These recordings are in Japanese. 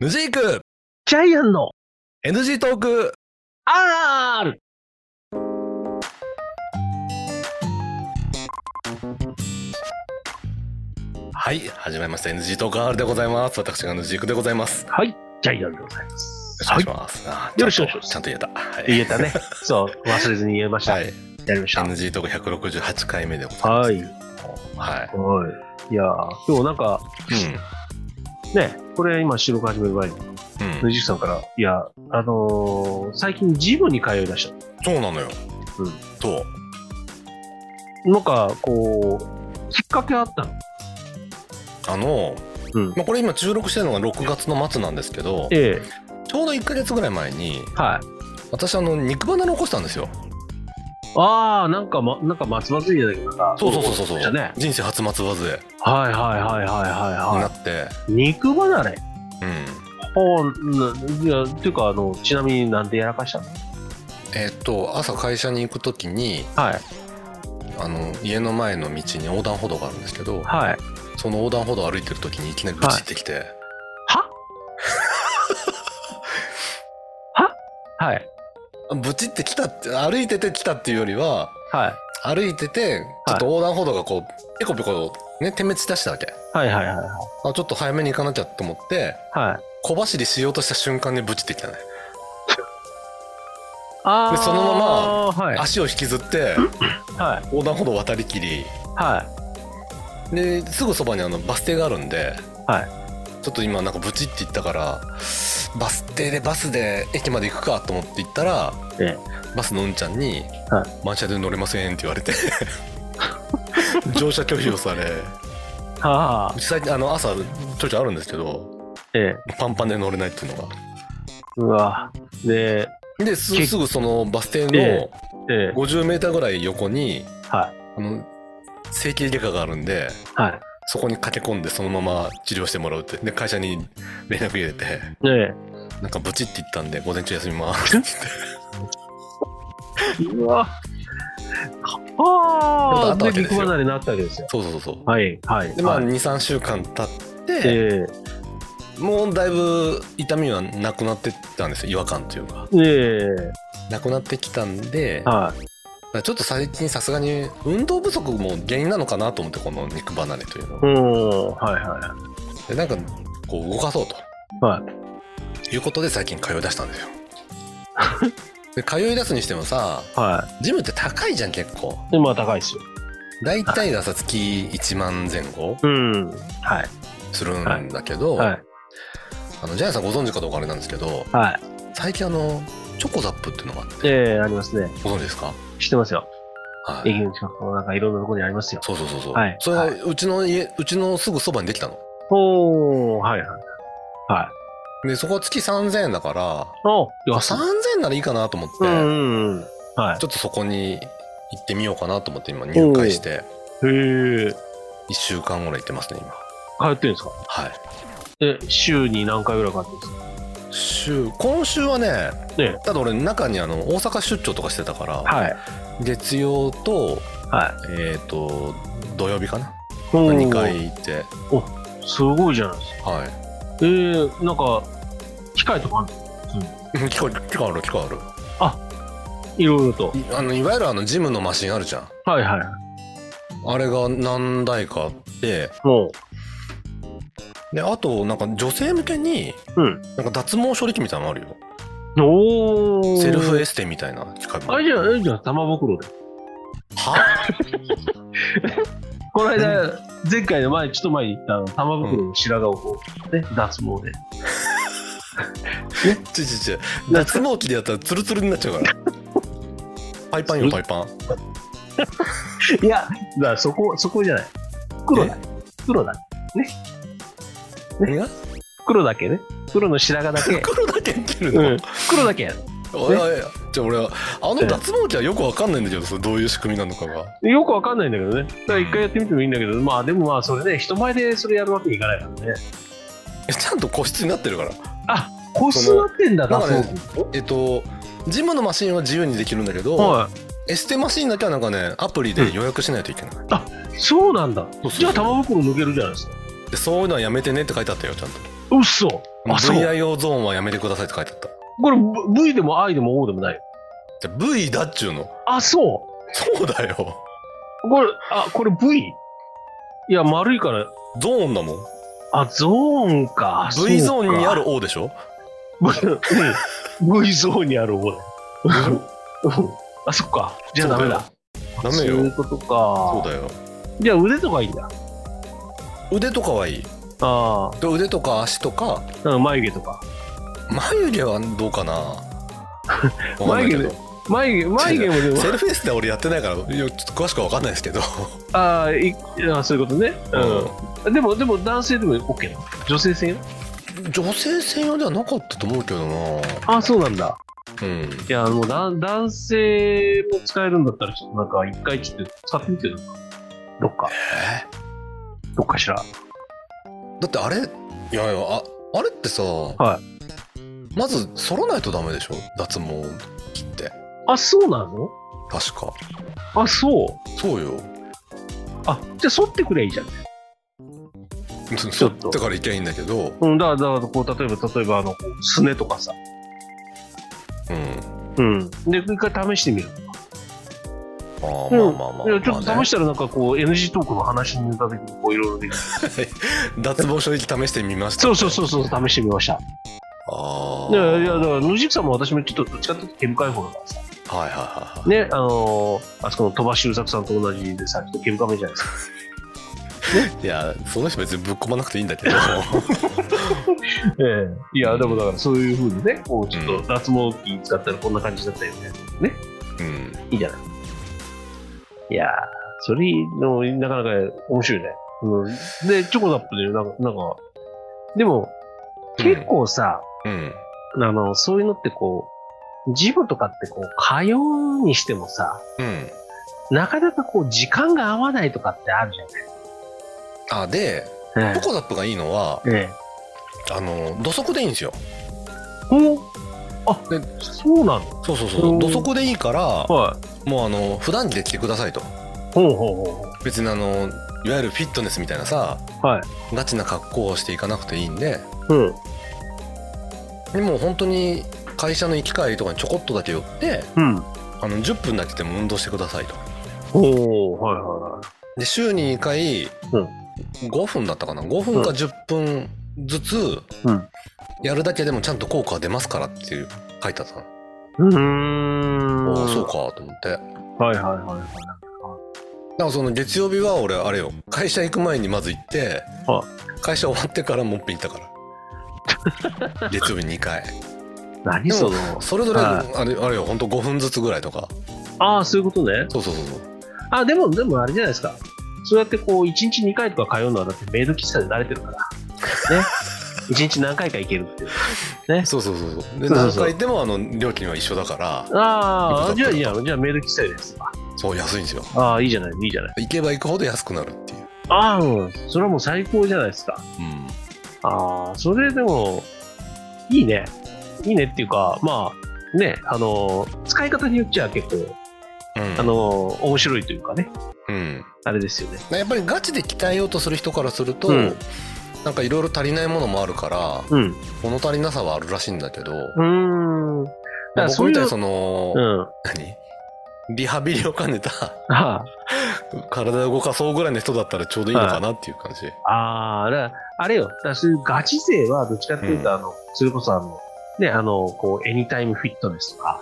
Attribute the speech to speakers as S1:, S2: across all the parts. S1: ヌジーク
S2: ジャイアンの
S1: NG トーク
S2: R!
S1: はい始まりました NG トーク R でございます私がヌジークでございますよ
S2: はい、ジャイアンでございます。
S1: ろしくお願いします、あー
S2: よろしく
S1: ち
S2: お
S1: ゃん
S2: 願いし
S1: と
S2: ます
S1: ちゃんと言えたはい
S2: 言え たね。そう、忘れずに言えました。
S1: はい
S2: やりました。は
S1: NG トーク168回目でございます
S2: い。
S1: はい、
S2: はい。いやー、今日なんか、ね、これ今収録始める前に、
S1: うんうん
S2: 野宿さんから、いや、あのー、最近ジムに通いだし
S1: そうなのよ
S2: うん
S1: そう
S2: た。なんか、こう、きっかけあったの
S1: あの、
S2: うん。
S1: まあ、これ今収録してるのが6月の末なんですけどち
S2: ええ
S1: ょうど1ヶ月ぐらい前に
S2: はい。
S1: 私あの肉離れ起こしたんですよ
S2: ああ、なんか、ま、なんか松祭りじゃないけど、なんか、
S1: そうそうそうそうそう
S2: じゃね。
S1: 人生初松葉杖に
S2: はいはいはいはいはい
S1: な
S2: は
S1: って、
S2: い。肉離れ
S1: うん
S2: ほう、いや、っていうか、あの、ちなみになんでやらかしたの
S1: えっと朝会社に行く時に
S2: はい。
S1: あの家の前の道に横断歩道があるんですけど
S2: はい。
S1: その横断歩道を歩いてる時にいきなりブチってきて、
S2: はははい。
S1: ブチってきたって歩いててきたっていうよりは
S2: はい。
S1: 歩いててちょっと横断歩道がこう、ペコペコね点滅しだしたわけ
S2: はいはいはいはい。
S1: あちょっと早めに行かなきゃと思って
S2: はい。
S1: 小走りしようとした瞬間にブチってきたね、
S2: あ
S1: でそのまま、
S2: はい。
S1: 足を引きずって
S2: はい。
S1: 横断歩道を渡りきり
S2: はい。
S1: ですぐそばにあのバス停があるんで、
S2: はい
S1: ちょっと今なんかブチって言ったからバス停でバスで駅まで行くかと思って行ったら、
S2: え
S1: バスのうんちゃんに「
S2: は
S1: 満車で乗れません」って言われ て乗車拒否をされ
S2: はあ。
S1: 実際にあの朝ちょいちょいあるんですけど
S2: ええ。
S1: パンパンで乗れないっていうのが。
S2: うわ。で、
S1: です
S2: け
S1: すぐそのバス停の
S2: えええ。
S1: 50メーターぐらい横に
S2: はい。
S1: あの整形外科があるんで
S2: はい。
S1: そこに駆け込んでそのまま治療してもらうってで会社に連絡入れて
S2: え
S1: なんかブチって言ったんで午前中休み ますって
S2: え。うわ。は
S1: あ
S2: あ。
S1: ったわ
S2: で、
S1: けです
S2: 肉
S1: よ
S2: 離れになったわけですよ。
S1: そうそうそうそう、
S2: はい。はい。
S1: でまあ
S2: はい、
S1: 23週間経って、
S2: え
S1: もうだいぶ痛みはなくなってったんですよ違和感というか
S2: え。え
S1: なくなってきたんで
S2: え。はい。
S1: ちょっと最近さすがに運動不足も原因なのかなと思ってこの肉離れというの
S2: う
S1: は
S2: ん。はいは
S1: でなんかこう動かそうと
S2: い。はい。
S1: いうことで最近通い出したんです よで通い出すにしてもさ
S2: は
S1: ジムって高いじゃん結構
S2: い。で、まあ、高いですよ。
S1: 大体がさ月1万前後
S2: うん。はい。
S1: するんだけど、
S2: はい。
S1: あのジャイアンさんご存知かどうかあれなんですけど
S2: はい。
S1: 最近あのチョコザップっていうのがあって
S2: ええ、ありますね。
S1: ご存知ですか、
S2: 知ってますよ。
S1: はい、
S2: 駅の近くのなんかいろんなところにありますよ。
S1: そうそうそうそう、
S2: はい
S1: それは
S2: は
S1: うちの家うちのすぐそばにできたの
S2: おー、はいはい。はい。
S1: でそこは月3000円だからあ
S2: お安
S1: 3000
S2: い。
S1: 円ならいいかなと思って、
S2: うんうんうん。は
S1: ちょっとそこに行ってみようかなと思って今入会して
S2: い。へえ。通
S1: 1週間ぐらい行ってますね今
S2: ってるんですか
S1: はい
S2: え、週に何回ぐらい通ってるんですか
S1: 週今週はね
S2: え
S1: ただ俺中にあの大阪出張とかしてたから、
S2: はい。
S1: 月曜と
S2: は。
S1: えっ、と土曜日かない
S2: おー
S1: 2。回行って
S2: すごいじゃないですか。
S1: はい
S2: えー、なんか、機械とかあるの
S1: 聞こえる聞こえる聞こえる
S2: いろいろと。
S1: いあのいわゆるあのジムのマシンあるじゃん
S2: はいはい。
S1: あれが何台かあって
S2: も
S1: であとなんか女性向けに
S2: う。うん。
S1: なんか脱毛処理器みたいなのあるよ
S2: おー。
S1: セルフエステみたいな機械も
S2: あれじゃん、あれじゃん、玉袋で。
S1: は
S2: この間、前回の前、ちょっと前に行ったあの玉袋の白髪をこう、ね、脱毛で。
S1: ちょちょちょ脱毛器でやったらツルツルになっちゃうか らパイパンよパイパン
S2: いや、だからそこ、そこじゃない。黒だ。黒だ。
S1: え
S2: 黒だけね。黒の白髪だ け。
S1: 黒だけってる
S2: う
S1: の、
S2: ん。黒だけや
S1: おいおいおいじゃあ俺はあの脱毛器はよくわかんないんだけどそれどういう仕組みなのかが
S2: る。よくわかんないんだけどね。だから一回やってみてもいいんだけど、まあでもまあそれね、人前でそれやるわけにいかないからね。
S1: えちゃんと個室になってるから
S2: あ、こすなってんだ、
S1: その
S2: 脱
S1: なん
S2: 毛
S1: かねえっとジムのマシンは自由にできるんだけど、
S2: 器。は
S1: エステマシンだけはなんかねアプリで予約しないといけない、
S2: い。そうなんだ
S1: そう。
S2: じゃあ玉袋抜けるじゃないですか。
S1: でそういうのはやめてねって書いてあったよちゃんと
S2: う嘘あ、そう。
S1: VIO ゾーンはやめてくださいって書いてあった
S2: これ V- V でも I でも O でもないよ。
S1: じゃあ V だっちゅうの
S2: あ、そ
S1: そうだよ
S2: う。これ、あ、これ V? いや、丸いから、
S1: ゾーンだもん
S2: あ、ゾーンか。
S1: V ゾーンにあ
S2: る。
S1: る O でしょ
S2: うん V ゾーンにある方だ。うんあ、そっか。じゃあダメだ。
S1: ダメ
S2: そういう
S1: よ
S2: ことか。
S1: そうだよ
S2: じゃあ腕とかいいんだ。
S1: 腕とかはいい
S2: あ
S1: で腕とか足とか
S2: あ、うん眉毛とか。
S1: 眉毛はどう かなわかんないけど
S2: 眉毛、眉毛もでも、
S1: セルフェイスで俺やってないからいやちょっと詳しくは分かんないですけど、
S2: ああ、いあそういうことね。うん。でも、でも男性でも OK なの女性専用
S1: 女性専用ではなかったと思うけどな
S2: ああ、そうなんだ。
S1: うん
S2: いや、もうだ男性も使えるんだったら、ちょっとなんか、一回ちょっと使ってみてよ。どっか、
S1: え
S2: どっかしら。
S1: ーだってあれいやいやああれってさ、
S2: は
S1: まず揃らないとダメでしょ脱毛機って
S2: あ、そうなの
S1: 確か
S2: あ、そう。
S1: そうよ
S2: あ、じゃあ、剃ってくればいいじゃん。
S1: そってからいけばいいんだけど
S2: うん、だから、だからこう、例えば、例えば、あの、こうすねとかさ。
S1: うん
S2: うん。で、一回試してみる。
S1: まあ
S2: う
S1: まあ
S2: ん
S1: まあまあ、
S2: いや、ちょっと試
S1: し
S2: したら、なんかこう、NG トークの話にネタ的に、こう、いろいろできる。
S1: て脱毛正直試してみました
S2: そうそうそううそう、試してみました。
S1: ああ
S2: いやいや、
S1: は
S2: だ
S1: い
S2: から、野宿さんも私もちょっと、どっちかっていうと、毛深い方だからさ。
S1: はいはいはい、
S2: ね、あのーあそこの鳥羽周作さんと同じでさ、ちょっと毛深めじゃないですか。
S1: いやその人別にぶっ込まなくていいんだけど
S2: ええ、いや、でもだからそういうふうにね、こうちょっと脱毛器使ったらこんな感じだったよね。
S1: うん
S2: いいじゃない。いやー、それの、なかなか面白いね。うん、で、チョコザップで、なんか、なんかでも、結構さ、
S1: うん
S2: あの、そういうのってこう、ジムとかってこう、通うにしてもさ、
S1: うん
S2: なかなかこう、時間が合わないとかってあるじ
S1: あで
S2: ゃない。
S1: ポコザップがいいのは
S2: ええ。ええ。
S1: あの土足でいいんですよ
S2: おあ
S1: で、
S2: そうなの
S1: そうそうそううん土足でいいから
S2: はい。
S1: もうあの普段着で来てくださいと
S2: ほうほうほ
S1: 別にあのいわゆるフィットネスみたいなさ
S2: う。はい。
S1: ガチな格好をしていかなくていいんで
S2: うん。
S1: でもう本当に会社の行き帰りとかにちょこっとだけ寄って
S2: うん。
S1: あの10分だけでも運動してくださいと
S2: おおはいは
S1: で週に2回
S2: うん
S1: 5分だったかな5分か10分ずつ
S2: うん
S1: やるだけでもちゃんと効果が出ますからっていう書いてあったの、
S2: いはい。うーん。
S1: おおそう。かと思ってだか
S2: はいはいはいはい。
S1: らその月曜日は俺あれよ会社行く前にまず行って
S2: は
S1: 会社終わってからもっぺん行ったから月曜日2回
S2: 何
S1: でも
S2: その。
S1: それぞれ
S2: は
S1: あれあれよ本当5分ずつぐらいとか
S2: ああ、そういうことね。
S1: そうそう そうそう
S2: あ、でも、でもあれじゃないですか。そうやってこう、1日2回とか通うのは、だってメイド喫茶で慣れてるから。 ね。1日何回か行けるっていう。
S1: そうそうそうそうで
S2: そうそう
S1: 何
S2: そう
S1: 回行ってもあの料金は一緒だから
S2: ああ、
S1: いい
S2: じゃ
S1: こと
S2: あいいやんじゃあメイド喫茶でですわ。
S1: そう安いんですよ
S2: ああ、いいじゃない、いいじゃない。
S1: 行けば行くほど安くなるっていう
S2: ああ、うん。それはもう最高じゃないですか。
S1: うん
S2: ああ、それでも、いいね。いいねっていうか、まあ、ね、あの、使い方によっちゃ結構、
S1: うん
S2: あの、面白いというかね。
S1: うん
S2: あれですよね。
S1: やっぱりガチで鍛えようとする人からすると、
S2: うん
S1: なんかいろいろ足りないものもあるから
S2: うん。う
S1: 物足りなさはあるらしいんだけど、
S2: ー
S1: ま
S2: ん。
S1: あ
S2: だから
S1: 僕
S2: そう
S1: み
S2: い
S1: たいうにその、
S2: うん。は
S1: 何リハビリを兼 ねた
S2: あ
S1: 体を動かそうぐらいの人だったらちょうどいいのかなっていう感じ、
S2: あー、だからあれよ。だからそういうガチ勢は、どっちかっていうと、
S1: うん
S2: あの、それこそあの、ね、あの、こう、エニタイムフィットネスとか、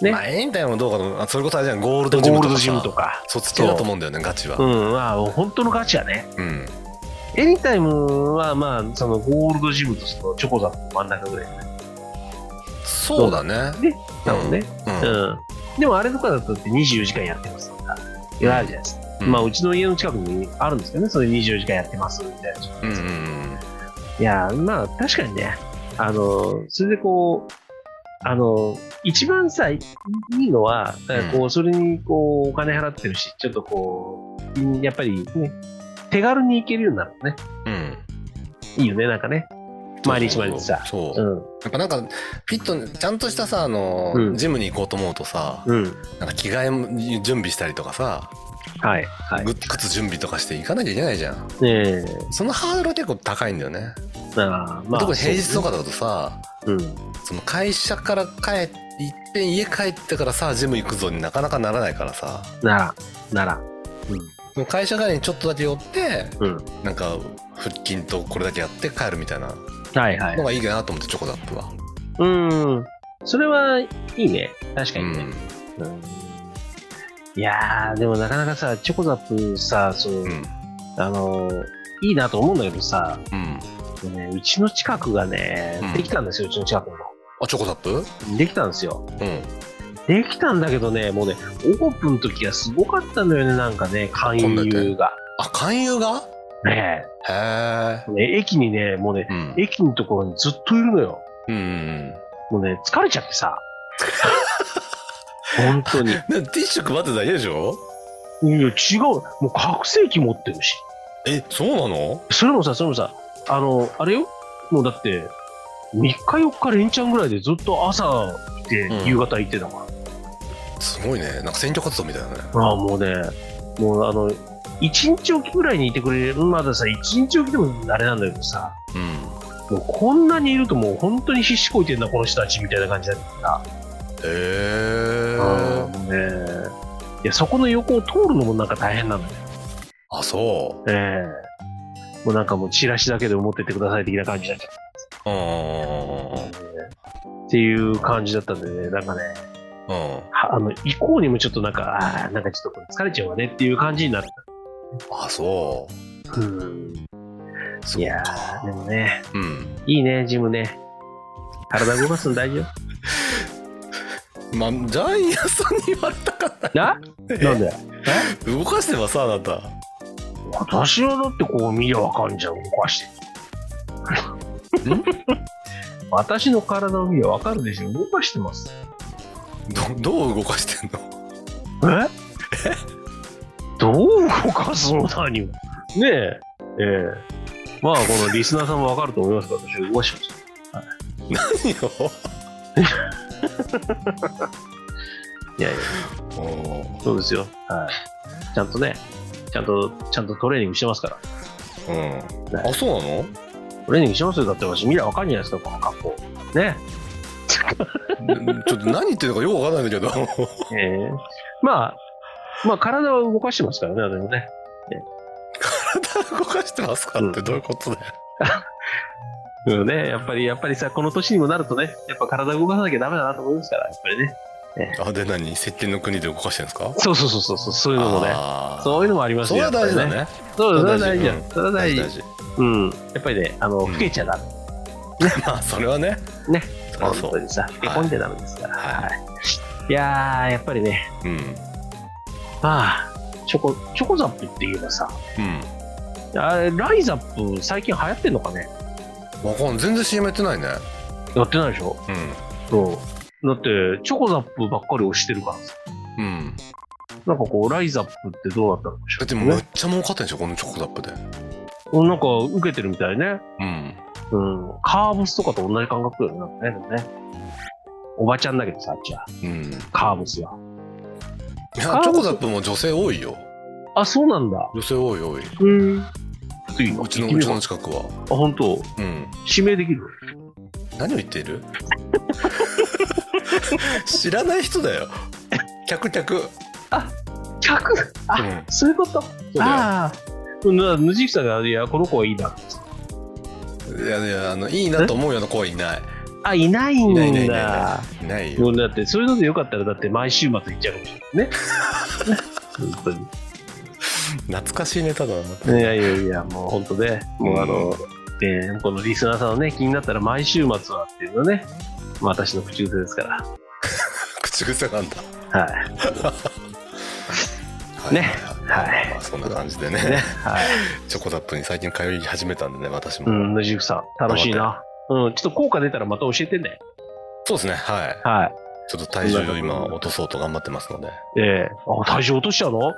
S2: ね
S1: まあエンタイムもどうかと思うあそれこそあれじゃんゴール
S2: ゴ
S1: ドジム
S2: ー
S1: と
S2: ル
S1: か
S2: ド
S1: さ
S2: ジムとか。
S1: そっち系だと思うんだよねガチは、
S2: うん、まあ、本当のガチやね。
S1: うん
S2: エニタイムは、まあ、その、ゴールドジムとその、チョコザップの真ん中ぐらい
S1: そうだね
S2: ねだもんね。
S1: うん
S2: う、ん。でも、あれとかだとって24時間やってますとか、いろいろあるじゃないですか。まあ、うちの家の近くにあるんですけどね、そういう24時間やってますみたいな。
S1: うんうんうん
S2: いやー、まあ確かにね、あの、それでこう、あの、一番さ、いいのは、こう、それにこう、お金払ってるし、ちょっとこう、やっぱりね、手軽に行けるようになるね。
S1: うん
S2: いいよね、なんかね。毎日毎日さ。
S1: そう
S2: う
S1: や
S2: ん、
S1: っぱなんかフィットちゃんとしたさあの、
S2: うん
S1: ジムに行こうと思うとさ、
S2: うん。
S1: なんか着替えも準備したりとかさ、
S2: はい、はい。
S1: グッ靴準備とかして行かなきゃいけないじゃん
S2: ねえ
S1: そのハードルは結構高いんだよね
S2: あーまあ、
S1: 特に平日と
S2: そう
S1: かだとさ
S2: ね、うん。
S1: その会社から帰っていっぺん家帰ってからさジム行くぞになかなかならないからさ
S2: なら、なら。
S1: その会社帰りにちょっとだけ寄って
S2: うん。うん。
S1: なんか腹筋とこれだけやって帰るみたいな
S2: はいはい
S1: の。がいいかなと思ってチョコザップは、
S2: うん。それはいいね。確か
S1: う
S2: にね。
S1: ん
S2: うんいやー、でもなかなかさ、チョコザップさ、そう、
S1: うん
S2: あのー、いいなと思うんだけどさ、
S1: うん
S2: でね、うちの近くがね
S1: うん、
S2: できたんですよ、うちの近く
S1: あチョコザップ
S2: の。できたんですよ。
S1: うん
S2: できたんだけどね、もうね、オープンの時がすごかったのよね、なんかね、勧誘が。
S1: あ勧誘が
S2: ね
S1: へえ
S2: えね駅にね、もうね、
S1: うん
S2: 駅のところにずっといるのよ。
S1: うんうん
S2: もうね、疲れちゃっ てさ。本当に。いや、
S1: うんでティッシュ配ってただけでしょ
S2: 違う。もう覚醒器持ってるし。
S1: えそうなの
S2: それもさ、それもさ、あの、あれよ。もうだって、3日4日連チャンぐらいでずっと朝行って
S1: う、ん
S2: 夕方行ってたから。
S1: すごいねなんか選挙活動みたいだね
S2: ああ、もうね、もうあの、1日おきぐらいにいてくれる。まださ、1日おきでもあれなんだけどさ、
S1: うん
S2: もうこんなにいるともう本当に必死こいてんだ、この人たちみたいな感じだったから。
S1: へえ
S2: うんもうねいや、そこの横を通るのもなんか大変なのよ。
S1: あそ
S2: ええもうなんかもうチラシだけで持ってってください的な感じになっちゃっ
S1: ううん
S2: た、っていう感じだったんでね、なんかね、
S1: うん
S2: はあの、以降にもちょっとなんか、ああ、なんかちょっとこれ疲れちゃうわねっていう感じになっ
S1: あそう
S2: た。うん。
S1: そうか
S2: いやー、でもね、
S1: うん
S2: いいね、ジムね。体動かすの大事 よ。
S1: まあジャイアンさんに言われたかった
S2: ななんで
S1: 動かしてばさあなた
S2: 私はだってこう見りゃわかんじゃん、動かして。 私の体を見りゃわかるでしょ。動かしてます。
S1: どどう動かしてんの
S2: え どう動かすの何を。ねえ。ええまあ、このリスナーさんもわかると思いますが、私は動かしてます。
S1: 何よ
S2: いやいや、そうですよ。はい。ちゃんとね、ちゃんと、ちゃんとトレーニングしてますから。
S1: うんあそうなの
S2: トレーニングしてますよ。だって私見りゃわかんじゃないですか、この格好。 ね
S1: ちょっと何言ってるのかよくわかんないんだけ ど
S2: え。ええまあ、まあ、体は動かしてますからね、私もね。
S1: 体動かしてますかってどういうことだよ、
S2: うんね、やっぱり、やっぱりさ、この年にもなるとね、やっぱ体動かさなきゃダメだなと思いますから、やっぱりね。
S1: あで何石鹸の国で動かしてるんですか
S2: そうそうそうそうそう、そういうのもね。
S1: あー
S2: そういうのもあります
S1: そ
S2: よ。
S1: れは大事だ
S2: やっ
S1: ね
S2: ぱり。そう、それは大事だ
S1: うん
S2: よ。それは大
S1: 大事
S2: 事
S1: 大。事
S2: うん。やっぱりね、あの、
S1: うん
S2: 老けちゃダメ。
S1: まあそれはね
S2: ね
S1: それは
S2: 本
S1: そ
S2: 当
S1: う
S2: にさ、老け込んでダメですから。
S1: は
S2: はい。いやー、やっぱりね、
S1: うんうん
S2: まあ、チョコ、チョコザップって言えばさ、あれ、ライザップ最近流行ってんのかね
S1: わかん全然 CM やってないね
S2: やってないでしょ
S1: う
S2: うん。だって、チョコザップばっかり押してるからさ。
S1: んうん
S2: なんかこう、ライザップってどうだったのかし
S1: だ
S2: ら
S1: って
S2: ね
S1: めっちゃ儲かってんでしょこのチョコザップで
S2: うんなんか受けてるみたいね。
S1: うん
S2: うん。カーボスとかと同じ感覚だよね。なんかね、でもね。おばちゃんだけどさ、あっちは。
S1: うんい
S2: カーボスは。
S1: やチョコザップも女性多いよ
S2: あ、そうなんだ。
S1: 女性多い多い
S2: うん。いいう
S1: ちの
S2: 行
S1: う
S2: ってみ
S1: ち
S2: よう
S1: の近くは
S2: あ、本当。
S1: うん
S2: 指名できる
S1: 何を言っている 知らない人だよ客客うん
S2: 客あ、そういうこと。
S1: うだよ
S2: ああ。な無地さんが、いや、この子はいいな。
S1: いやいやあのいいなと思うような子はいない
S2: あ、いないん
S1: いな
S2: だ。
S1: いいないいないいないよ
S2: もうだって、そういうのでよかったら、だって毎週末行っちゃうかもしれないね。 本当に。
S1: 懐かしいネタだない
S2: やいやいや、もう本当ね、もうあの、えーこのリスナーさんのね、気になったら毎週末はっていうのね、まあ私の口癖ですから。
S1: 口癖なんだ
S2: は
S1: は
S2: い。
S1: い
S2: ね
S1: はいはいまあそんな感じでね
S2: ね、はい。
S1: チョコザップに最近通い始めたんでね私も、
S2: うん、野宿さん、楽しいな。うん、ちょっと効果出たらまた教えてね。
S1: そうですねはい
S2: はい。
S1: ちょっと体重を今落とそうと頑張ってますので
S2: ええあ、体重落としちゃうの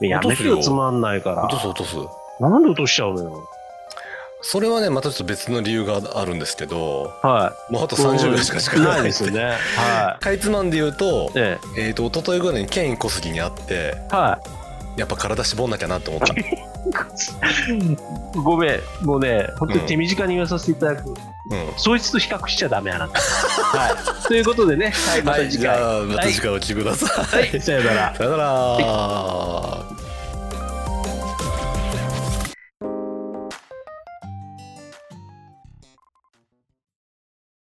S2: やめてよ、
S1: 落とす
S2: つ
S1: よ
S2: まんないか
S1: 落とす
S2: ら。
S1: 落とす
S2: なんで落としちゃうのよ。
S1: それはねまたちょっと別の理由があるんですけど
S2: は
S1: もうあと
S2: い。
S1: 30秒しか時間ない
S2: ないですよね。は
S1: かいつまんで言うと
S2: い。、え
S1: えー、と一昨日ぐらいにケイン小杉に会って
S2: えは
S1: やっぱ体絞んなきゃなって思ったの
S2: ごめん、もうね、本当に手短に言わさせていただく。
S1: うん
S2: そいつと比較しちゃダメあなた。はい。ということでね、はい、また次
S1: じ
S2: 回。
S1: ゃあまた次回お聞きください、
S2: はい、さよなら。
S1: さよなら、